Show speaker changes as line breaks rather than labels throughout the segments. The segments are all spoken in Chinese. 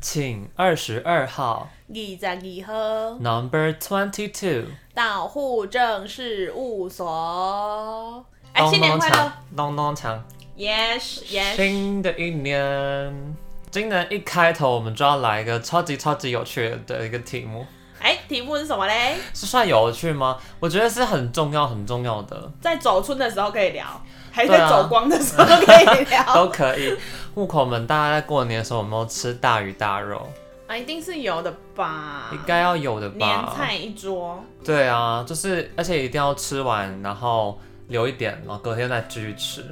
请二十二号
二十二号
Number Twenty Two
到户政事务所。哎，
咚
新年
咚
快乐
锵，咚咚锵，
！Yes Yes，
新的一年。今年一开头，我们就要来一个超级超级有趣的一个题目，
哎，题目是什么嘞？
是算有趣吗？我觉得是很重要、很重要的，
在走村的时候可以聊，还是
对
在
啊
走光的时候可以聊？
都可以。户口们，大家在过年的时候有没有吃大鱼大肉？
啊，一定是有的吧？
应该要有的
啊年
吧？
菜一桌，
对啊，就是而且一定要吃完，然后留一点，然后隔天再继续吃。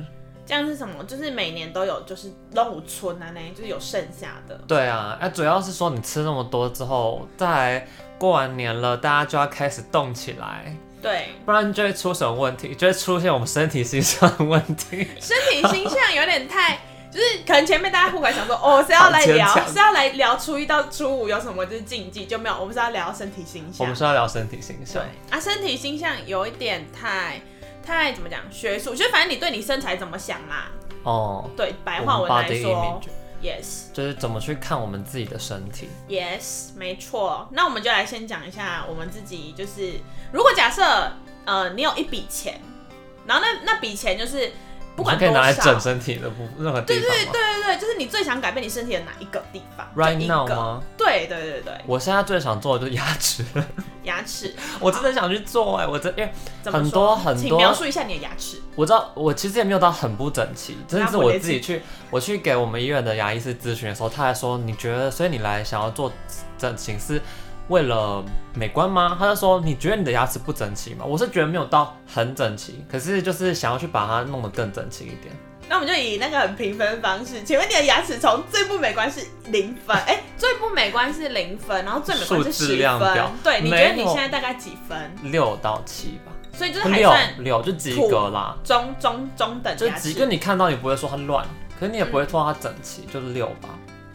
这样是什么？就是每年都有，就是弄五村啊，那就是有剩下的。
对啊，哎、主要是说你吃那么多之后，再来过完年了，大家就要开始动起来，
对，
不然就会出什么问题，就会出现我们身体形象的问 题。
身体形象有点太，就是可能前面大家互感想说，哦是要来
好牵
聊，
强
是要来聊初一到初五有什么就是禁忌，就没有，我们是要聊身体形
我
象
们。是要聊身体形
对
象，
啊，身体形象有一点太太怎么讲学术，就反正你对你身材怎么想啦。
哦，
对，白话
我们
文来
body
说
image
，yes
就是怎么去看我们自己的身体。
yes，没错。那我们就来先讲一下我们自己，就是如果假设呃你有一笔钱，然后那那笔钱就是不管
你是可
多
以拿来整
少，
身体的部任何地
对对
方
对
吗
对对，就是你最想改变你身体的哪一个地方就
Right
一
now
个
吗？
对对对对，
我现在最想做的就是牙齿，
牙齿
我真的想去做哎、我真因为
怎么
很
说
多很
请
多
描述一下你的牙齿。
我知道，我其实也没有到很不整齐，真的是
那我
我
也
自己去，我去给我们医院的牙医师咨询的时候，他还说，你觉得，所以你来想要做整形是为了美观吗？他就说，你觉得你的牙齿不整齐吗？我是觉得没有到很整齐，可是就是想要去把它弄得更整齐一点。
那我们就以那个很评分方式，请问你的牙齿从最不美观是零分，哎、最不美观是零分，然后最美观是
数字
十
量
分
表，
对，你觉得
没
你
有
现在大概几分？
六到七吧，
所以就是还
六
算
六就及格啦，
中中中等
就
牙
及格。
齿，
你看到你不会说它乱，可是你也不会说它整齐，就是六吧。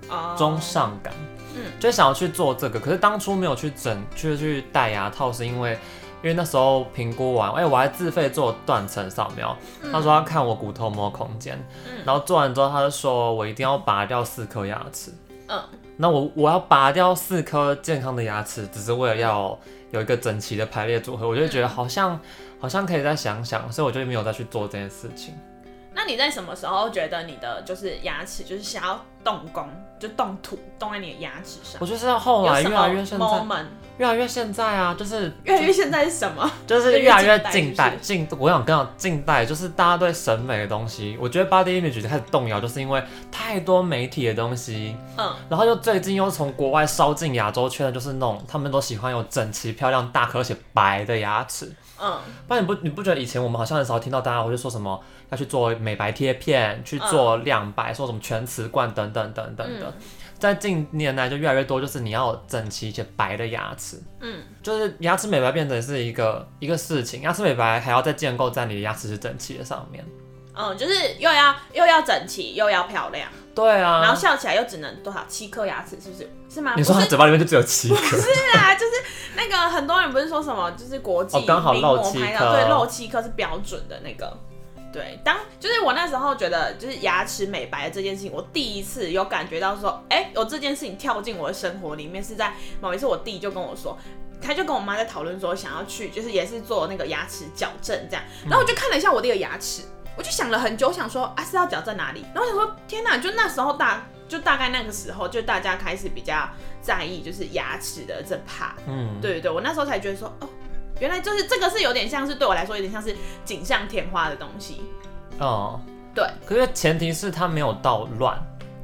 哦
中上感，
嗯
就想要去做这个，可是当初没有去整，去去戴牙套，是因为因为那时候评估完，哎、我还自费做断层扫描，
嗯
他说要看我骨头有没有空间，
嗯
然后做完之后他就说我一定要拔掉四颗牙齿，
嗯，
那我我要拔掉四颗健康的牙齿，只是为了要有一个整齐的排列组合，我就觉
嗯
得好像、好像可以再想想，所以我就没有再去做这件事情。
嗯那你在什么时候觉得你的就是牙齿就是想要动工，就动土，动在你的牙齿上
我？就是后来越来越
有什
现
么
在，
moment，
越来越现在啊，就是
越来越现在是什么？
就是越来越近代
越，
近我想跟你讲，近代就是大家对审美的东西，我觉得 body image 就开始动摇，就是因为太多媒体的东西，
嗯，
然后又最近又从国外烧进亚洲圈的，就是那种他们都喜欢有整齐漂亮、大颗而且白的牙齿。
嗯，
不然你不你不觉得以前我们好像很少听到大家会说什么要去做美白贴片、去做亮白、说什么全瓷冠等等等等
嗯
的，在近年来就越来越多，就是你要有整齐且白的牙齿。
嗯，
就是牙齿美白变成是一个一个事情，牙齿美白还要再建构在你的牙齿是整齐的上面。
嗯，就是又要又要整齐，又要漂亮。
对啊，
然后笑起来又只能多少七颗牙齿，是不是？是吗？
你说
不
它
是
嘴巴里面就只有七 颗，
啊，就是那个很多人不是说什么，就是国际
哦刚好
名模
漏七
拍
颗
照，对，漏七颗是标准的那个。对，当就是我那时候觉得，就是牙齿美白这件事情，我第一次有感觉到说，哎、有这件事情跳进我的生活里面，是在某一次我弟就跟我说，他就跟我妈在讨论说，想要去就是也是做那个牙齿矫正这样，
嗯
然后我就看了一下我弟的牙齿，我就想了很久，想说啊是要矫正哪里，然后我想说天哪，就那时候大就大概那个时候，就大家开始比较在意就是牙齿的这怕，
嗯，
对对对，我那时候才觉得说，哦，原来就是这个是有点像是对我来说有点像是锦上添花的东西。
哦、
对，
可是前提是它没有到乱。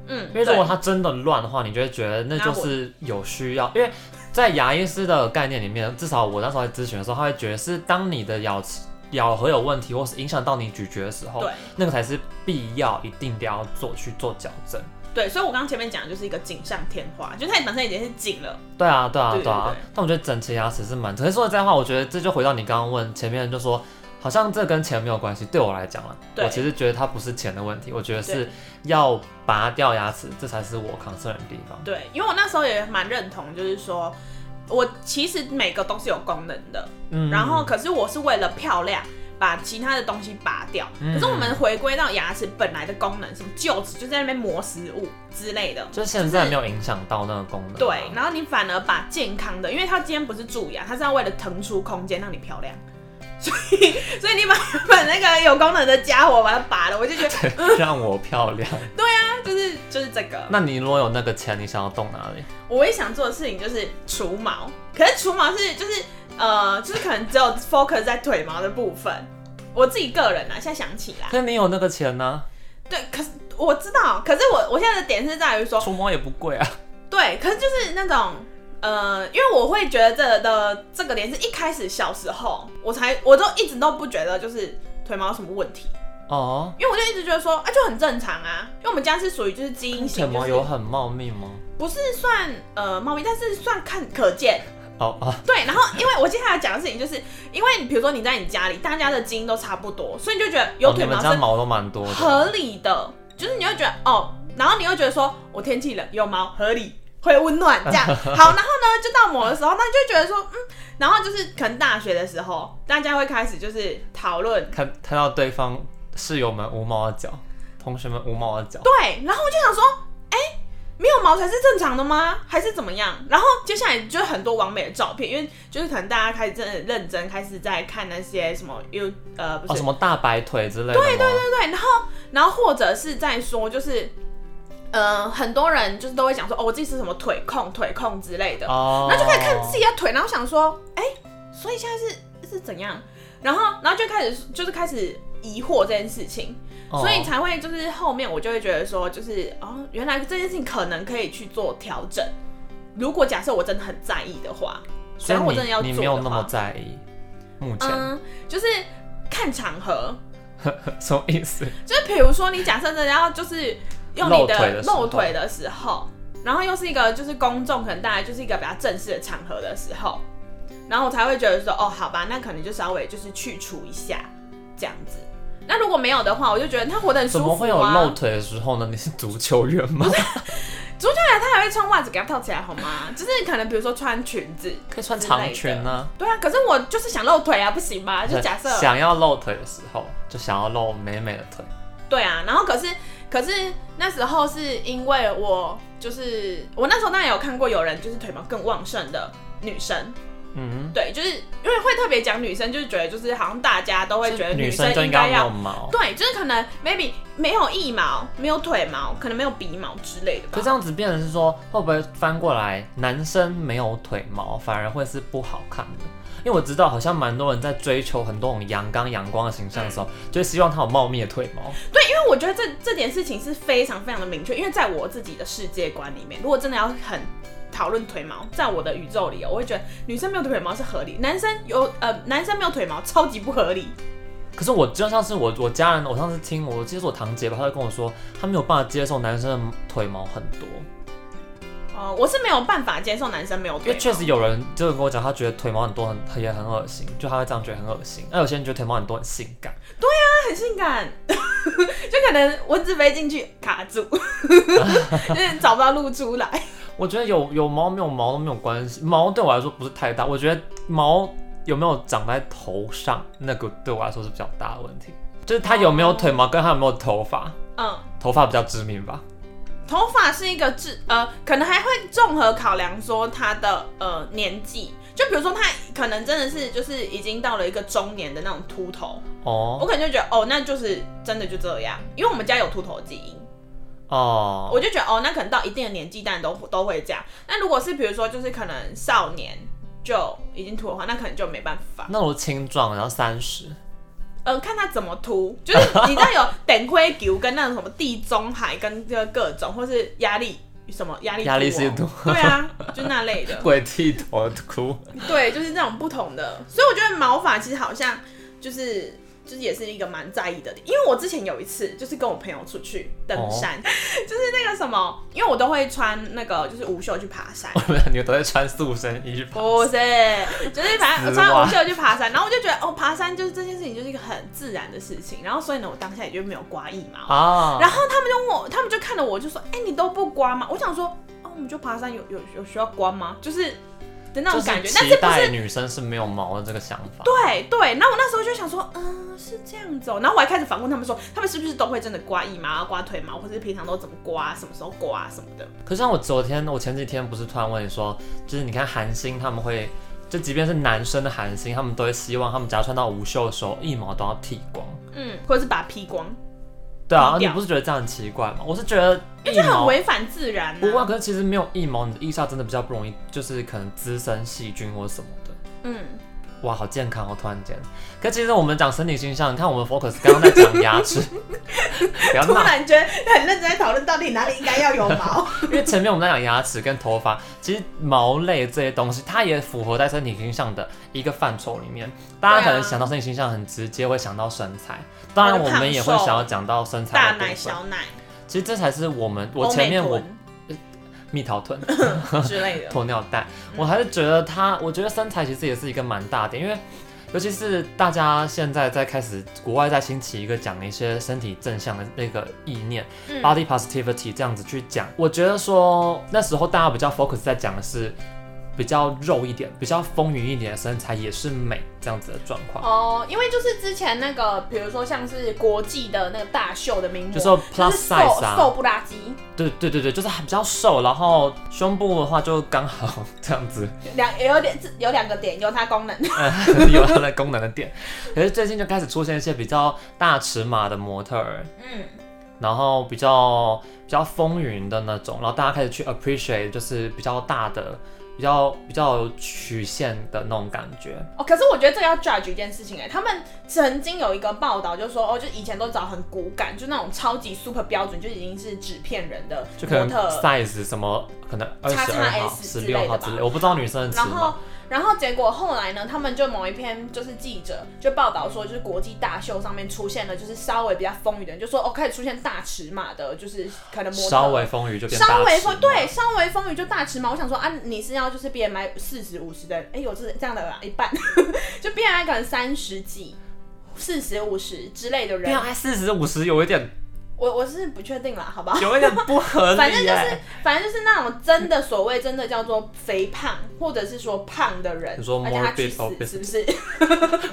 嗯，
因为如
对
果它真的乱的话，你就会觉得那就是有需要。因为在牙医师的概念里面，至少我那时候在咨询的时候，他会觉得是当你的咬齿咬合有问题，或是影响到你咀嚼的时候
对，
那个才是必要一定得要做去做矫正。
对，所以我刚刚前面讲的就是一个锦上添花，就它本身已经是锦了，
对啊，对啊
对，对
对啊
对。
但我觉得整齐牙齿是蛮……可是说实在话，我觉得这就回到你刚刚问前面就说，好像这跟钱没有关系。对我来讲啊，
对
我其实觉得它不是钱的问题，我觉得
对
是要拔掉牙齿，这才是我 concern 的地方。
对，因为我那时候也蛮认同，就是说我其实每个都是有功能的，
嗯
然后可是我是为了漂亮，把其他的东西拔掉。
嗯
可是我们回归到牙齿本来的功能，什么臼齿就在那边磨食物之类的。
就现在没有影响到那个功能。啊
对，，然后你反而把健康的，因为它今天不是蛀牙，它是要为了腾出空间让你漂亮， 所以所以你把把那个有功能的家伙把它拔了，我就觉得 啊
让我漂 亮。
就是就是这个。
那你如果有那个钱，你想要动哪里？
我也想做的事情就是除毛，可是除毛是就是呃，就是可能只有 focus 在腿毛的部分。我自己个人啊，现在想起来，
可是你有那个钱呢、
对，可是我知道，可是我我现在的点是在于说，
除毛也不贵啊。
对，可是就是那种。呃，因为我会觉得这的这个点是一开始小时候我才我都一直都不觉得就是腿毛有什么问题，
哦，
因为我就一直觉得说啊就很正常啊，因为我们家是属于就是基因
腿
型，就
毛
是
有很茂密吗？
不是算呃猫咪，但是算看可见，
哦哦，
对，然后因为我接下来讲的事情，就是因为你比如说你在你家里，大家的基因都差不多，所以你就觉得有
哦
腿
你
毛
们家
是
毛都蛮多的。
合理的，就是你会觉得哦，然后你又觉得说我天气冷有毛合理，会温暖这 样。好，然后呢就到某的时候，那你就觉得说嗯，然后就是可能大学的时候，大家会开始就是讨论。
看看到对方室友们无毛的脚，同学们无毛的脚，
对，然后我就想说，哎、没有毛才是正常的吗？还是怎么样？然后接下来就是很多完美的照片，因为就是可能大家开始真的认真开始在看那些什么 You 呃不
哦
是、
什么大白腿之类的吗？对对对，
对，然后然后或者是在说就是。呃，很多人就是都会讲说，哦，我自己是什么腿控、腿控之类的，
哦，
然后就开始看自己的腿，然后想说，哎、所以现在是是怎样？然后，然后就开始就是开始疑惑这件事情，
哦，
所以才会就是后面我就会觉得说，就是哦，原来这件事情可能可以去做调整。如果假设我真的很在意的话，
所以
然后我
你
真的要
你
做
没有
的
那么
话
在意，目前、
嗯，就是看场合，
什么意思？
就是比如说，你假设真的要就是用你的
露
露
腿
腿的时候，然后又是一个就是公众，可能大家就是一个比较正式的场合的时候，然后我才会觉得说，哦，好吧，那可能就稍微就是去除一下这样子。那如果没有的话，我就觉得他活得很舒
怎
服啊。
么会有露腿的时候呢？你是足球员吗？
足球员啊他还会穿袜子给他套起来好吗？就是可能比如说穿裙子，
可以穿长裙呢、
对啊，可是我就是想露腿啊，不行吗？就假设
想要露腿的时候，就想要露美美的腿。
对啊，然后可是可是那时候是因为我就是我那时候当然有看过有人就是腿毛更旺盛的女生，
嗯，
对，就是因为会特别讲女生，就是觉得就是好像大家都会觉得
女
生
就
应
应该
该
要
要
有毛。
对，就是可能 maybe 没有腋毛，没有腿毛，可能没有鼻毛之类的
可
吧。
这样子变成是说，会不会翻过来，男生没有腿毛反而会是不好看的？因为我知道，好像蛮多人在追求很多种阳刚阳光的形象的
嗯
时候，就会希望他有茂密的腿毛。
对，因为我觉得这这点事情是非常非常的明确，因为在我自己的世界观里面，如果真的要很。讨论腿毛，在我的宇宙里哦，我会觉得女生没有腿毛是合理，男生有呃，男生没有腿毛超级不合理。
可是我就像是我我家人，我上次听我记得是我堂姐吧，她就跟我说，她没有办法接受男生的腿毛很多，
哦，我是没有办法接受男生没有
因
腿
为
毛，
确实有人就是跟我讲，他觉得腿毛很多很也很恶心，就他会这样觉得很恶心。那有些人觉得腿毛很多很性感，
他很性感， 就可能蚊子飞进去卡住， 就是找不到路出来。
我觉得有有毛没有毛都没有关系，毛对我来说不是太大，我觉得毛有没有长在头上那个对我来说是比较大的问题，就是他有没有腿毛跟他有没有头发，
嗯，
头发比较致命吧。
头发是一个制，呃，可能还会综合考量说他的呃年纪，就比如说他可能真的是就是已经到了一个中年的那种秃头，
哦
我可能就觉得哦，那就是真的就这样，因为我们家有秃头基因。
哦，
我就觉得哦，那可能到一定的年纪，但都都会这样。那如果是比如说，就是可能少年就已经秃的话，那可能就没办法。
那我青壮，然后三十，
呃，看他怎么秃，就是你知 道有等灰球跟那种什么地中海跟这个各种，或是压力什么压力
压力
图
是
哦
图
对 啊，就那类的，
鬼剃头哭。
对，就是那种不同的。所以我觉得毛发其实好像就是。就是也是一个蛮在意的点，因为我之前有一次就是跟我朋友出去登
哦
山， 就是那个什么，因为我都会穿那个就是无袖去爬山，
你们都在穿塑身衣服，
不是，就是反正我
丝袜
穿无袖去爬山，然后我就觉得哦，爬山就是这件事情就是一个很自然的事情，然后所以呢，我当下也就没有刮腋毛。
啊？
然后他们就问我，他们就看着我就说：“哎、你都不刮吗？”我想说：“哦，我们就爬山有有有需要刮吗？”就是的那
就
种
是
感觉，但
期
是不
待
是
女生是没有毛的这个想法。
对对，然后我那时候就想说，嗯，是这样子哦、然后我还开始反问他们说，他们是不是都会真的刮腋毛、刮腿毛，或者是平常都怎么刮、什么时候刮什么的？
可是像我昨天，我前几天不是突然问你说，就是你看韩星他们会，就即便是男生的韩星，他们都会希望他们只要穿到无袖的时候，一毛都要剃光。
嗯，或者是把它剃光，
对啊，你
剃掉
不是觉得这样很奇怪吗？我是觉得
因为
一
这很
毛
违反自然、啊。
不过，可是其实没有一毛，你的腋下真的比较不容易，就是可能滋生细菌或什么的。
嗯，
哇，好健康哦！突然间，可其实我们讲身体形象，你看我们 focus 刚刚在讲牙 齿，不要
突
闹，
然觉得很认真在讨论到底哪里应该要有 毛。
因为前面我们在讲牙齿跟头发，其实毛类这些东西，它也符合在身体形象的一个范畴里面。大家可能想到身体形象，很直接会想到身材，当然我们也会想要讲到身材
啊大
的部
奶、
分。
小奶、
其实这才是我们，我
欧
前
美
面我
臀
蜜桃臀。
之类 的。
鸵鸟蛋，我还是觉得他，我觉得身材其实也是一个蛮大的，因为尤其是大家现在在开始国外在兴起一个讲一些身体正向的那个意念、
嗯
b o d y positivity 这样子去讲，我觉得说那时候大家比较 focus 在讲的是比较肉一点、比较丰腴一点的身材也是美这样子的状况。
哦，因为就是之前那个，比如说像是国际的那个大秀的名模，
就是 plus
就是瘦
size 啊
瘦不拉几，
对对对对，就是比较瘦，然后胸部的话就刚好 这样子，
两有点有两个点，有它功能。
嗯，有它的功能的点。可是最近就开始出现一些比较大尺码的模特儿，
嗯，
然后比较比较风云的那种，然后大家开始去 appreciate 就是比较大的、比较比较有曲线的那种感觉。
哦，可是我觉得这个要 judge 一件事情哎、他们曾经有一个报道就说，哦，就以前都找很骨感，就那种超级 super 标准，就已经是纸片人的
就可
模
能
特，
size 什么，可能二十二号、
XXS
十
之类的
六
吧
号之类，我不知道女生的尺
然后
码。，
然后结果后来呢，他们就某一篇就是记者就报道说，就是国际大秀上面出现了，就是稍微比较风雨的人，就说哦，开始出现大尺码的，就是可能模特
稍微风雨就变大
稍微
尺码
风对，稍微风雨就大尺码。我想说啊，你是要就是 BMI 四十五十的人，哎、有这这样的啦，一半 就 BMI 可能三十几、四十五十之类的人，
，BMI 哎四十五十有一点
我我是不确定啦，好吧。
有一点不合理耶。
反正就是，反正就是那种真的所谓真的叫做肥胖，或者是说胖的人，
你说
而且他去
morbid obesity
死是不是？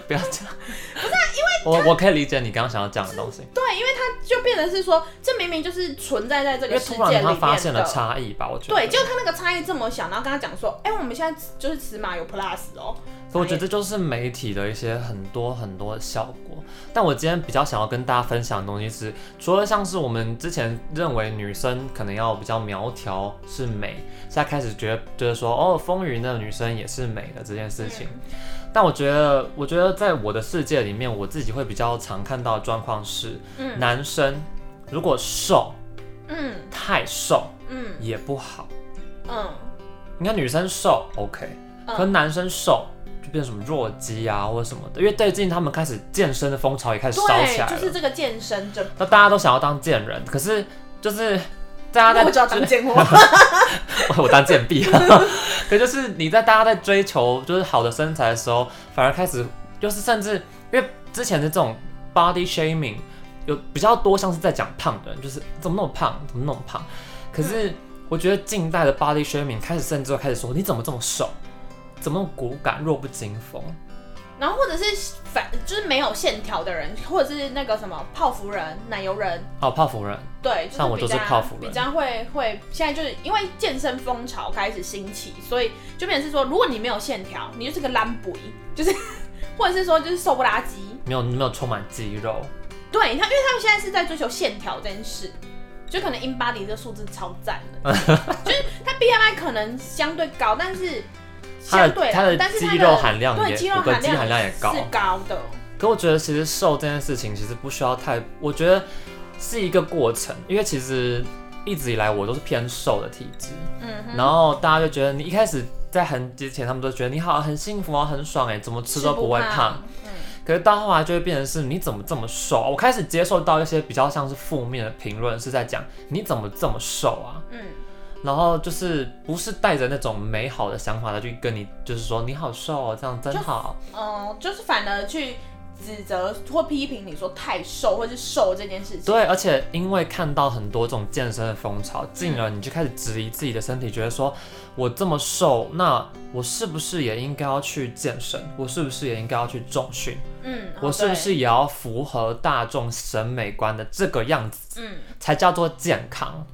不要这样。不
啊
是因为我我可以理解你刚刚想要讲的东西，
对，因为他就变成是说，这明明就是存在在这
因为
个世
突
界里面
然
的。
他发现了差异吧，我觉得。
对，就他那个差异这么小，然后跟他讲说，哎、我们现在就是尺码有 plus 哦，
所以我觉得这就是媒体的一些很多很多的效果。但我今天比较想要跟大家分享的东西是，除了像是我们之前认为女生可能要比较苗条是美，现在开始觉得觉得说哦，风云的女生也是美的这件事
嗯
情。但我觉得，我觉得在我的世界里面，我自己会比较常看到的状况是，
嗯
男生如果瘦
嗯
太瘦
嗯
也不好。
嗯
你看女生瘦 OK，
嗯
可是男生瘦就变成什么弱鸡啊或者什么的，因为最近他们开始健身的风潮也开始烧起来了，
对，就是这个健身这，
那大家都想要当健人，可是就是大家
那
在
我就要当贱货。
我当健臂啊，可就是你在大家在追求就是好的身材的时候，反而开始就是甚至因为之前的这种 body shaming 有比较多像是在讲胖的人，就是怎么那么胖，怎么那么胖，可
嗯
是我觉得近代的 body shaming 开始甚至会开始说你怎么这么瘦，怎么那么骨感，弱不禁风，
然后或者是反就是没有线条的人，或者是那个什么泡芙人、奶油人，
哦，泡芙人，
对，就是
像我
比
就是
较
泡芙人
比较会会，现在就是因为健身风潮开始兴起，所以就变成是说，如果你没有线条，你就是个烂鬼，就是 或者是说就是瘦不拉几。
没有没有充满肌肉，
对他，因为他们现在是在追求线条这件事，就可能 in body 这个数字超赞 的，就是他 BMI 可能相对高，但是
他
相
的
对啦
他的
但是
肌肉含量
对
也
肌肉
对
含
肌肉含量也高
是高的，
可我觉得其实瘦这件事情其实不需要太，我觉得是一个过程，因为其实一直以来我都是偏瘦的体质，
嗯哼，
然后大家就觉得你一开始在很之前，他们都觉得你好很幸福啊，很爽哎、怎么吃都不会胖。，
嗯，
可是到后来就会变成是你怎么这么瘦啊？我开始接受到一些比较像是负面的评论，是在讲你怎么这么瘦啊？
嗯
然后就是不是带着那种美好的想法的去跟你，就是说你好瘦哦，这样真好。
嗯哦、就是反而去指责或批评你说太瘦或是瘦这件事情。
对，而且因为看到很多种健身的风潮，进而你就开始质疑自己的身体，觉得说我这么瘦，那我是不是也应该要去健身？我是不是也应该要去重训？
嗯，
我
哦
是不
对
是也要符合大众审美观的这个样子，
嗯，
才叫做健康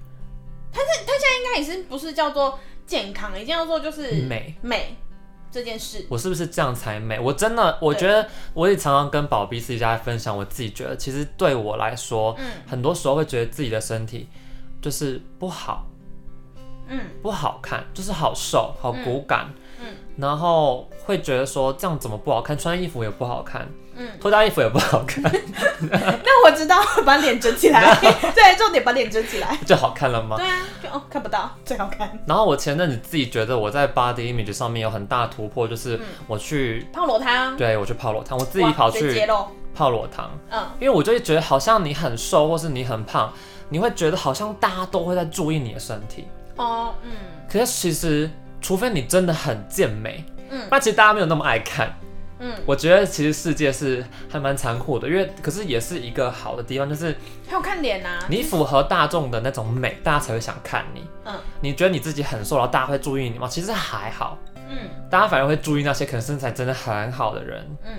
应该也是不是叫做健康，一定要做就是
美？
美这件事。
我是不是这样才美？我真的，我觉得我也常常跟宝碧私底下分享，我自己觉得，其实对我来说，
嗯
很多时候会觉得自己的身体就是不好，
嗯
不好看，就是好瘦，好骨感，
嗯
然后会觉得说这样怎么不好看，穿衣服也不好看，
嗯，
脱掉衣服也不好看，
那我知道，把脸遮起来。对，重点把脸遮起来。
就好看了吗？
对啊，就哦看不到，最好看。
然后我前阵子自己觉得我在 body image 上面有很大突破，就是我去，
胖裸汤，
对我去泡裸汤，我自己
嗯哇
跑
直接
去
咯
泡裸汤，
嗯，
因为我就会觉得好像你很瘦或是你很胖，你会觉得好像大家都会在注意你的身体，
哦，嗯
可是其实除非你真的很健美，
嗯
那其实大家没有那么爱看。
嗯，
我觉得其实世界是还蛮残酷的，因为可是也是一个好的地方，就是
还有看脸啊呐。
你符合大众的那种美，大家才会想看你。
嗯
你觉得你自己很瘦，然后大家会注意你吗？其实还好，
嗯
大家反而会注意那些可能身材真的很好的人。
嗯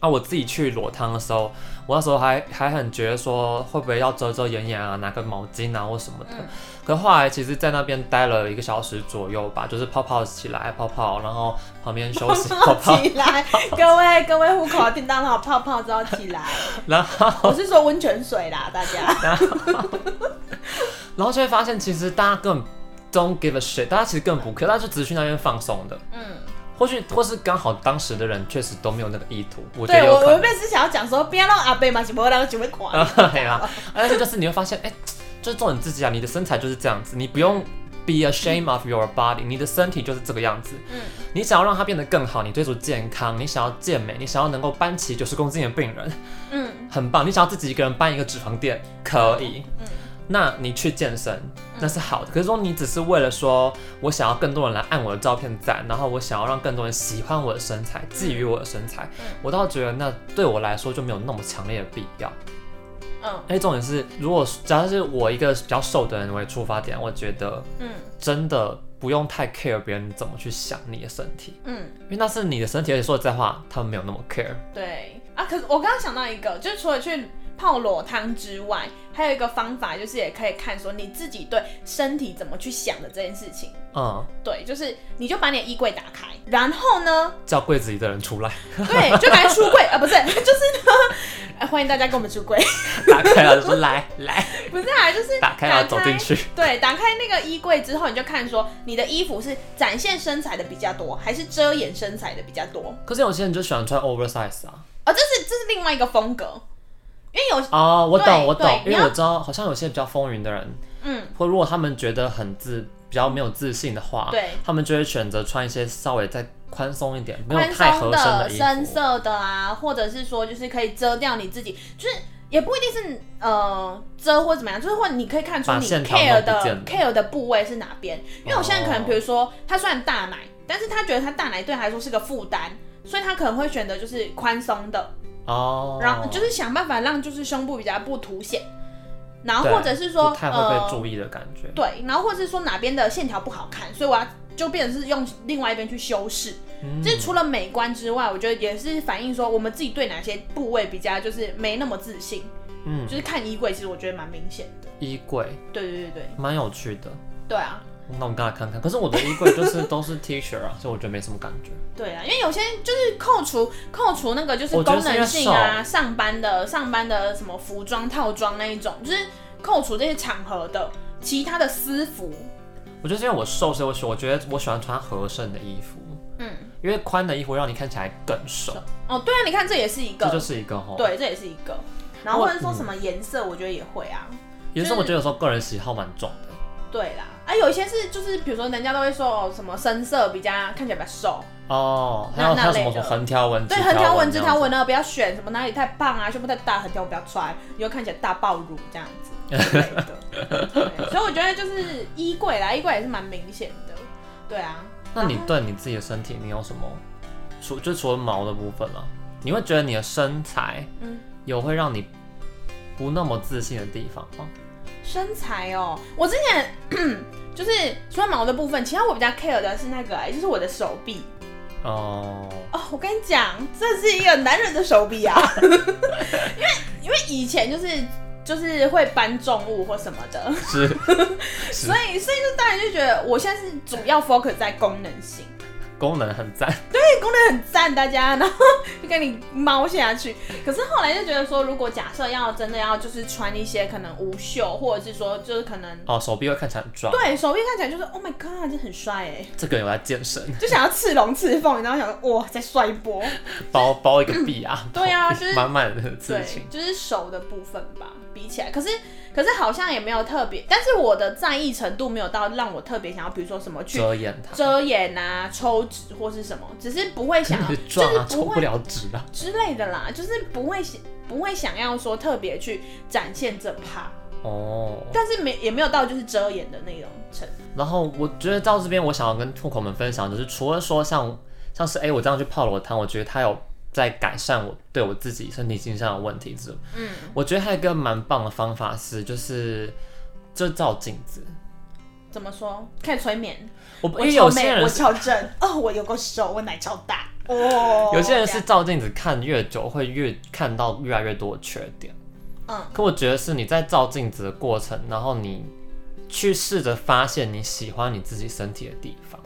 啊，我自己去裸汤的时候，我那时候还还很觉得说会不会要遮遮掩掩啊，拿个毛巾啊或什么的。
嗯
可后来其实，在那边待了一个小时左右吧，就是泡泡起来泡泡，然后旁边休 息泡泡，
起来，各位各位户口叮当好泡泡之后起来。
然后
我是说温泉水啦，大家。
然后就会发现，其实大家根本 don't give a shit，大家其实根本不 care，大家就只是去那边放松的。
嗯，
或许或是刚好当时的人确实都没有那个意图，我觉得
对
有
我
可
我
能。
本是想要讲说，不要让阿贝嘛，是不会让只会垮。
对啊，但是就是你会发现，哎、就是做你自己啊，你的身材就是这样子，你不用 be ashamed of your body，你的身体就是这个样子。
嗯
你想要让它变得更好，你追逐健康，你想要健美，你想要能够搬起九十公斤的病人，
嗯。
很棒。你想要自己一个人搬一个脂肪垫，可以。
嗯
那你去健身，那是好的。可是说你只是为了说我想要更多人来按我的照片赞，然后我想要让更多人喜欢我的身材，觊觎我的身材，
嗯
我倒觉得那对我来说就没有那么强烈的必要。
嗯
而且哎重点是，如果假如是我一个比较瘦的人为出发点，我觉得
嗯
真的不用太 care 别人怎么去想你的身体，
嗯，
因为那是你的身体。而且说实在话，他们没有那么 care。
对啊。可是我刚刚想到一个，就是除了去泡裸汤之外，还有一个方法，就是也可以看说你自己对身体怎么去想的这件事情。
嗯，
对，就是你就把你的衣柜打开，然后呢，
叫柜子里的人出来，
对，就把出柜啊，不是， 就是呢， 啊欢迎大家跟我们出柜，
打开了就说来来，
不是啊，就是
打开了走进去。
对，打开那个衣柜之后，你就看说你的衣服是展现身材的比较多，还是遮掩身材的比较多？
可是有些人就喜欢穿 oversize 啊。
哦，这是这是另外一个风格，因为有
哦，我懂，
对
我懂，因
对
为
你要
我知道好像有些比较风云的人，
嗯。
或如果他们觉得很自比较没有自信的话，
对
他们就会选择穿一些稍微再宽松一点，没有
宽
太合
松
身
的、
衣
深
服。
色的啊，或者是说就是可以遮掉你自己，就是也不一定是呃遮或怎么样，就是或你可以看出
把
你
线条弄
care
不见
的
了
care 的部位是哪边。因为我现在可能
哦
比如说他虽然大奶，但是他觉得他大奶对他来说是个负担。所以他可能会选择就是宽松的，
哦，
然后就是想办法让就是胸部比较不凸显，然后
对
啊或者是说
不太会被
呃
注意的感觉。
对，然后或者是说哪边的线条不好看，所以我要就变成是用另外一边去修饰。
嗯
就是除了美观之外，我觉得也是反映说我们自己对哪些部位比较就是没那么自信。
嗯，
就是看衣柜，其实我觉得蛮明显的。
衣柜
对对对对
蛮有趣的。
对啊，
那我们刚来看看，可是我的衣柜就是 都是 T 恤啊，所以我觉得没什么感觉。
对啊，因为有些就是扣除扣除那个就是
我觉得
功
是因为
能性啊，上班的上班的什么服装套装那一种，就是扣除这些场合的。其他的私服，
我觉得是因为我瘦，所以我喜我觉得我喜欢穿合身的衣服，
嗯，
因为宽的衣服让你看起来更瘦，
哦，对啊，你看这也是一
这
个，
就是一个吼。
对，这也是一个。然后
我
或者说什么颜色，我觉得也会啊。
也是
就是
我觉得有时候个人喜好蛮重的。
对啦，啊，有一些是就是，比如说人家都会说哦，什么深色比较看起来比较瘦，
哦，还
那
有
那
还有什
类
么
的
横条纹、
对，横条纹、
这
直
样
条
子
纹啊呢不要选，什么哪里太胖啊，胸部太大，横条纹不要穿，你会看起来大爆乳这样子之类 的。对所以我觉得就是衣柜啦，衣柜也是蛮明显的。对啊，
那你对你自己的身体，你有什么？除就除了毛的部分啦、你会觉得你的身材
嗯
有会让你不那么自信的地方吗？
身材哦，我之前 就是除了毛的部分，其他我比较 care 的是那个、哎就是我的手臂
哦，
哦。我跟你讲，这是一个男人的手臂啊，因为因为以前就是就是会搬重物或什么的，
是，
所以所以就当然就觉得我现在是主要 focus 在功能性。
功能很赞，
很赞大家， 然后就跟你猫下去。可是后来就觉得说，如果假设要真的要就是穿一些可能无袖，或者是说就是可能
哦，手臂会看起来很壮，
对手臂看起来就是 Oh my God，这很帅哎，
这个有在健身，
就想要刺龙刺凤，然后想说哇再帅一波。
包包一个臂啊，
对啊就是
满满的自
对
信，，
就是手的部分吧，比起来，可是可是好像也没有特别，但是我的在意程度没有到让我特别想要，比如说什么去。
遮掩它，
遮掩啊、抽脂或是什么，只是不会想 要，
是
就
壮
是
啊，抽
不会
不了脂啊，
之类的啦，就是不会想不会想要说特别去展现这趴，
哦。
但是没也没有到就是遮掩的那种程度。
然后我觉得到这边，我想要跟兔口们分享，就是除了说像像是哎、我这样去泡裸汤，我觉得它有在改善我对我自己身体形象的问题之外，
嗯，
我觉得还有一个蛮棒的方法是，就是就照镜子。
怎么说？看催眠，
我因
我
为
超
有些
美，我
人是
超正， 哦，我有够瘦，我奶超大，哦，
有些人
这
是
样
照镜子看越久，会越看到越来越多的缺点。
嗯，
可我觉得是你在照镜子的过程，然后你去试着发现你喜欢你自己身体的地方。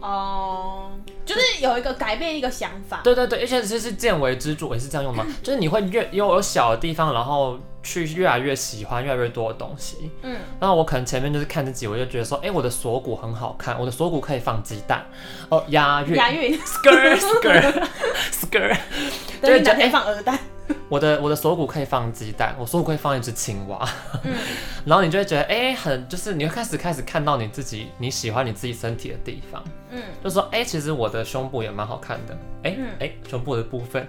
哦、就是有一个改变一个想法，
对对对，而且其实是见微知著，我也是这样用吗？
嗯
就是你会越有有小的地方，然后去越来越喜欢越来越多的东西。
嗯，
然后我可能前面就是看自己，我就觉得说，哎，我的锁骨很好看，我的锁骨可以放鸡蛋，哦，押韵
押韵，
，skirt skirt skirt，
等你
就
哪天放鹅蛋，
我的我的锁骨可以放鸡蛋，我锁骨可以放一只青蛙，
嗯
然后你就会觉得，哎，很就是你会开始开始看到你自己你喜欢你自己身体的地方。
嗯，
就说，哎、其实我的胸部也蛮好看的，哎、
嗯
哎、胸部的部分，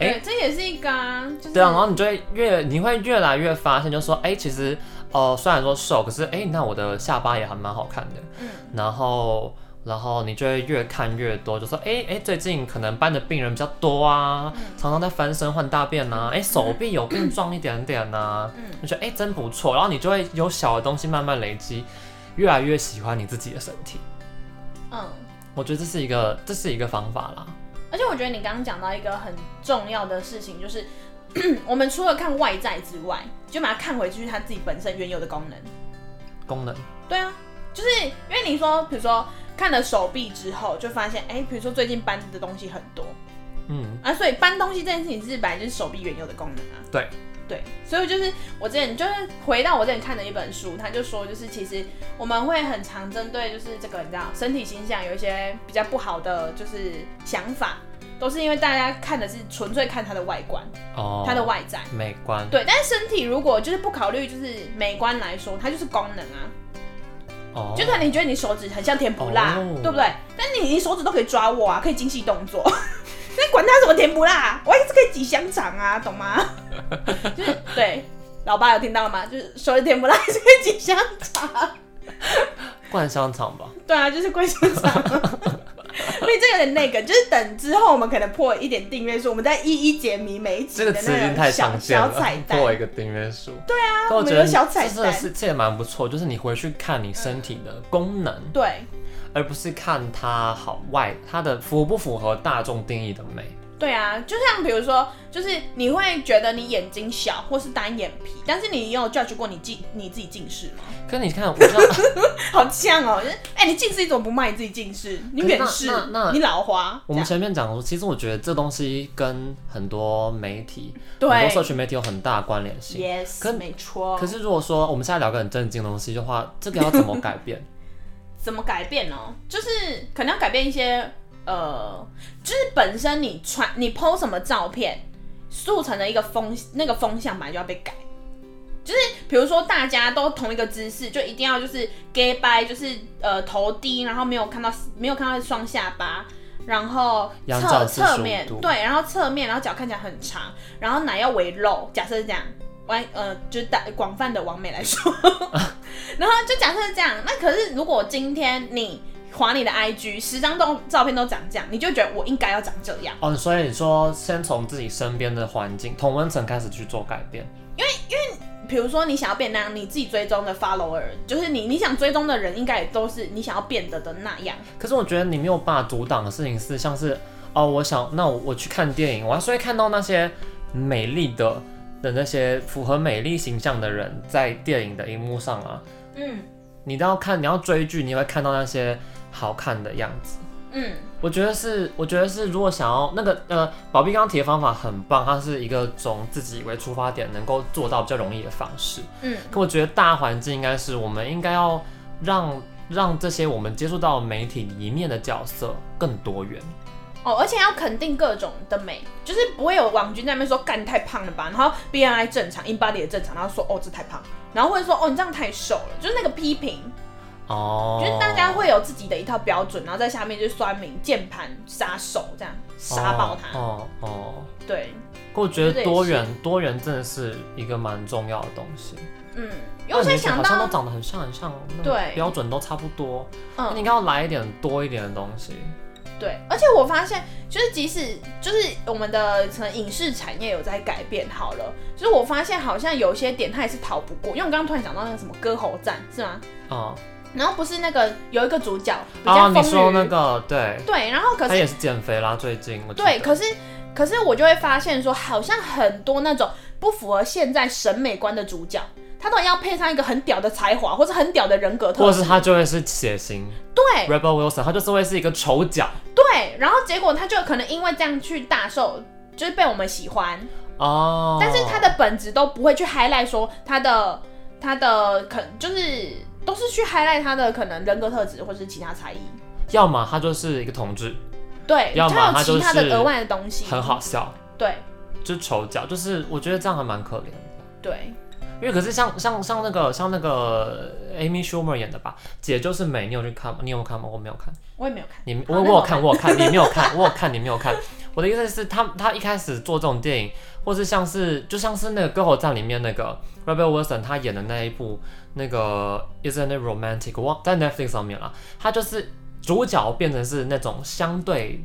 哎
对，这也是一个、啊，就是
对啊，然后你就会越你会越来越发现，就说，哎、其实，呃，虽然说瘦，可是，哎、那我的下巴也还蛮好看的，
嗯，
然后。然后你就会越看越多，就说，哎哎，最近可能搬的病人比较多啊，
嗯
常常在翻身换大便呐、啊，哎，手臂有变壮一点点呐、啊，
嗯
你觉得哎真不错，然后你就会有小的东西慢慢累积，越来越喜欢你自己的身体。
嗯。
我觉得这是一个这是一个方法啦，
而且我觉得你刚刚讲到一个很重要的事情，就是 我们除了看外在之外，就把它看回去它自己本身原有的功能。
功能。
对啊，就是因为你说，比如说看了手臂之后，就发现，哎、比如说最近搬的东西很多
嗯，
啊，所以搬东西这件事情是本来就是手臂原有的功能啊。
对
对，所以就是我之前就是回到我之前看的一本书，他就说，就是其实我们会很常针对就是这个你知道身体形象有一些比较不好的就是想法，都是因为大家看的是纯粹看它的外观，
哦，
它的外在。
美观，
对，但是身体如果就是不考虑就是美观来说，它就是功能啊，
哦，
就可能你觉得你手指很像甜不辣，
哦
对不对？但你你手指都可以抓握啊，可以精细动作， 那管它什么甜不辣，我也是可以挤香肠啊，懂吗？ 就是对，老爸有听到吗？就是手指甜不辣 还是可以挤香肠，
灌香肠吧。
对啊，就是怪香肠。 所以这有点那个，就是等之后我们可能破一点订阅数，我们再一一解谜每一集
这
的
个
那
词已经太
种小
常见
小
了
彩，蛋。
破一个订阅数。对啊
我们有小彩
这真的
蛋
是这也蛮不错，就是你回去看你身体的功能，
对，
而不是看它好外它的符不符合大众定义的美。
对啊，就像比如说，就是你会觉得你眼睛小或是单眼皮，但是你有 judge 过你近你自己近视 吗？
可是你看，我 知道
好像哦，就是哎、你近视你怎么不骂你自己近视？你远视
可是那那那，
你老花，
我们前面讲过，其实我觉得这东西跟很多媒体、
对
很多社群媒体有很大的关联性。
yes，
可
没错。
可是如果说我们现在聊个很正经的东西的话，这个要怎么改变？
怎么改变呢？就是可能要改变一些呃，就是本身你传你 PO 什么照片，速成的一个风那个风向本来就要被改。就是比如说大家都同一个姿势，就一定要就是 gay by，就是呃头低，然后没有看到没有看到双下巴，然后
仰
侧
角45
侧面
度
对，然后侧面，然后脚看起来很长，然后奶要围肉，假设是这样。完呃，就是大广 泛的完美来说，然后就假设是这样，那可是如果今天你划你的 IG，十张动照片都长这样，你就觉得我应该要长这样。
哦，所以你说先从自己身边的环境同温层开始去做改变，
比如说你想要变那样，你自己追踪的 follower，就是你你想追踪的人，应该也都是你想要变得的那样。
可是我觉得你没有办法阻挡的事情是，像是哦，我想那我我去看电影，我还是会看到那些美丽的的那些符合美丽形象的人在电影的荧幕上啊。
嗯
你都要看，你要追剧，你会看到那些好看的样子。
嗯，
我觉得是，我觉得是，如果想要那个呃，宝碧刚刚提的方法很棒，它是一个从自己为出发点能够做到比较容易的方式。
嗯，
可我觉得大环境应该是我们应该要让让这些我们接触到的媒体里面的角色更多元。
哦，而且要肯定各种的美，就是不会有网军在那边说干你太胖了吧，然后 B M I 正常，InBody 也正常，然后说哦这太胖，然后或者说哦你这样太瘦了，就是那个批评，
哦，
就是大家会有自己的一套标准，然后在下面就是酸民、键盘杀手这样杀爆他，
哦哦哦
对，
可我觉得多元多元真的是一个蛮重要的东西。
嗯，因为我现在想
哦好像
到
都，长得很像很像，那种
对
标准都差不多。那
嗯
你应该要来一点多一点的东西。
对，而且我发现，就是即使就是我们的可能影视产业有在改变，好了，就是我发现好像有些点它也是逃不过，因为我刚刚突然想到那个什么歌喉战是吗？
啊、
然后不是那个有一个主角比
哦，
较
你
风
说
雨，
那个对，
对，然后可
他
是
也是减肥啦，最近我记
对，
得
可是可是我就会发现说，好像很多那种不符合现在审美观的主角，他都要配上一个很屌的才华或者很屌的人格
或
特
者是
质，
他就会是血型
对
Rebel Wilson，他就是会是一个丑角
对，然后结果他就可能因为这样去大受，就是被我们喜欢，
哦。
但是他的本质都不会去 highlight 说他的他的可就是都是去 highlight 他的可能人格特质或是其他才艺，
要么他就是一个同志，
对，
要么
他
他
有
就
其他的
是
额外的东西，
很，好笑，
对
就是丑角，就是我觉得这样还蛮可怜的。
对，
因为可是像像像那个像那个 Amy Schumer 演的吧，姐就是美，你有去看吗？你有没有看吗？我没有看。
我也没有看，啊
你
那
我我
我
有看，我有看，你没有 看，我有看，你没有看。我的意思是，他他一开始做这种电影，或是像是就像是那个《歌喉战》里面那个 Rebel Wilson 他演的那一部那个 Isn't It Romantic，我忘在 Netflix 上面啦，他就是主角变成是那种相对。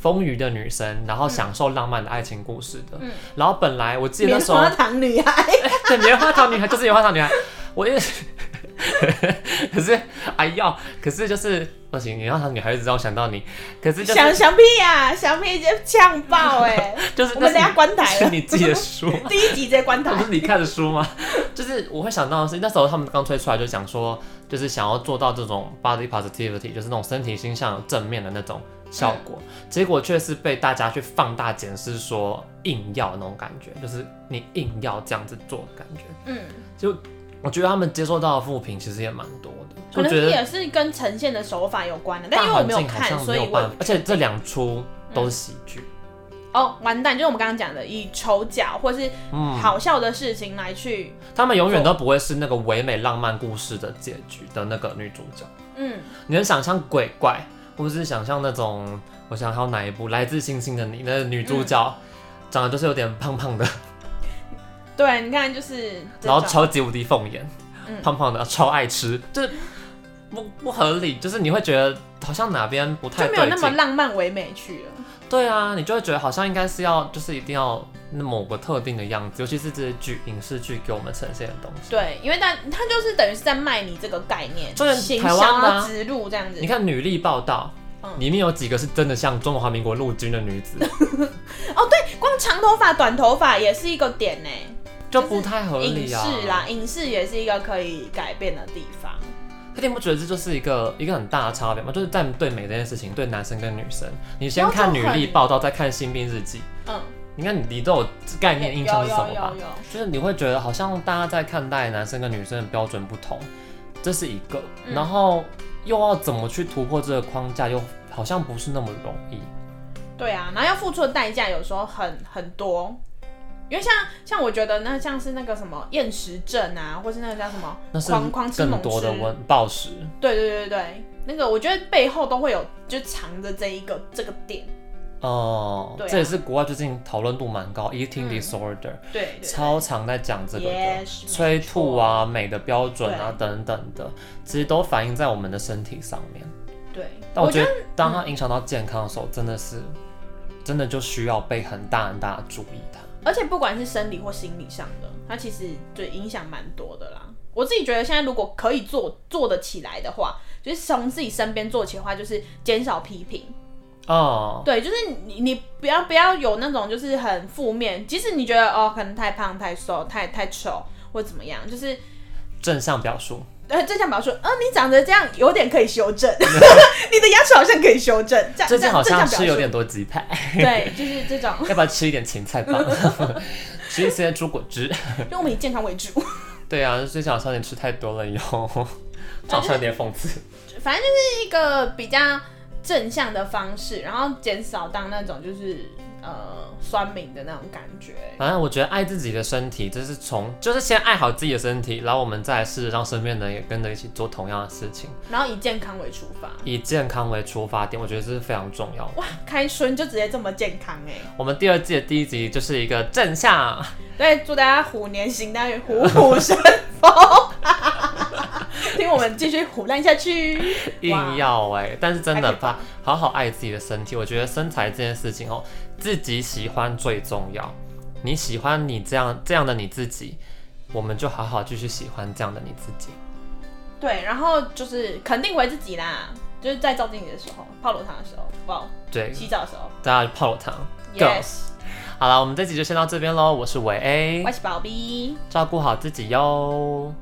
丰腴的女生，然后享受浪漫的爱情故事的。
嗯
然后本来我记得那
棉
时候
花，糖女孩，
对棉花糖女孩就是棉花糖女孩，我也是。 可是，哎呦，可是就是不行，棉花糖女孩一直让我想到你。可是就是
想想屁呀、想屁直接呛 爆哎、
就是
我
那
们
是
等下关
你
台
是
了，
你自己的书吗，
第一集直接关台
那不，是你看的书吗？就是我会想到的是那时候他们刚推出来就想说，就是想要做到这种 body positivity，就是那种身体形象正面的那种效果，结果却是被大家去放大检视，说硬要那种感觉，就是你硬要这样子做的感觉。
嗯，
就我觉得他们接受到的负评其实也蛮多的，
可
我
能
觉得
也是跟呈现的手法有关的，但
大
因为我
环
没有
境好
看，
像
所
没
以
有
我
办法，而且这两出都是喜剧。
哦完蛋，就是我们刚刚讲的以丑角或是
嗯
好笑的事情来去，
他们永远都不会是那个唯美浪漫故事的结局的那个女主角。
嗯
你能想象鬼怪，或是想象那种，我想还有哪一部《来自星星的你》那个女主角、长得就是有点胖胖的，
对，你看就是这
然后
种
超级无敌凤眼，
嗯
胖胖的，超爱吃，就是不不合理，就是你会觉得好像哪边不太
就没有
对
那么
劲。
浪漫唯美去了。
对啊，你就会觉得好像应该是要，就是一定要某个特定的样子，尤其是这些剧、影视剧给我们呈现的东西。
对，因为但它就是等于是在卖你这个概念，
就是
行
台
销
湾的啊
啊植入这样子
你。看女力报道，
嗯
里面有几个是真的像中华民国陆军的女 子，
光长头发、短头发也是一个点呢、
就不太合
影
理啊。
视啦，影视也是一个可以改变的地方。
可你不觉得这就是一个一个很大的差别吗？就是在对美这件事情，对男生跟女生，你先
有
看
种
女
很
力报道，再看新兵日记。
嗯，
你看你你都有概念印象是什么吧
有？有有有
就是你会觉得好像大家在看待男生跟女生的标准不同，这是一个，
嗯
然后又要怎么去突破这个框架，又好像不是那么容易。
对啊，然后要付出的代价有时候很很多，因为像像我觉得那像是那个什么厌食症啊，或是那个叫什么
那是
狂狂吃
更
猛
多的
吃
温暴食，
对对对对对，那个我觉得背后都会有就藏着这一个这个点，
哦、
对啊
这也是国外最近讨论度蛮高，eating
嗯
disorder，、
对对对
超常在讲这个的。
Yes，
催吐啊、美的标准啊
对
等等的，其实都反映在我们的身体上面。
没错，对，
但我觉
得嗯
得当它影响到健康的时候，真的是真的就需要被很大很大的注意它。
而且不管是生理或心理上的，它其实就影响蛮多的啦。我自己觉得现在如果可以做做得起来的话，就是从自己身边做起的话，就是减少批评。
哦，
对，就是你你不要不要有那种就是很负面，即使你觉得哦可能太胖、太瘦、太太丑或怎么样，就是
正向表述，
呃正向表述，嗯、你长得这样有点可以修正， 你的牙齿好像可以修正，这样
最近好
这样
像
啊正向
吃有
表述，
点多鸡排，
对，就是这种，
要不要吃一点芹菜棒？ 吃一些猪果汁。
就我们以健康为主。
对啊，最近好像你吃太多了 以后，常常有点讽刺。
反正就是一个比较正向的方式，然后减少当那种就是呃酸民的那种感觉。
反正我觉得爱自己的身体，这是从就是先爱好自己的身体，然后我们再来试着让身边的人也跟着一起做同样的事情，
然后以健康为出发，
以健康为出发点，我觉得这是非常重要的。
哇，开春就直接这么健康哎、
我们第二季的第一集就是一个正向，
对，祝大家虎年行大运，虎虎生 风。听我们继续虎烂下去。
硬要哎、但是真的
还可以
吧，好好爱自己的身体。我觉得身材这件事情哦，自己喜欢最重要。你喜欢你这样这样的你自己，我们就好好继续喜欢这样的你自己。
对，然后就是肯定回自己啦，就是在照镜子的时候，泡裸汤的时候，哇，
对，
洗澡的时候
大家泡汤。Go
，yes，
好了，我们这集就先到这边喽。我是伟 A，
我是宝贝。
照顾好自己哟。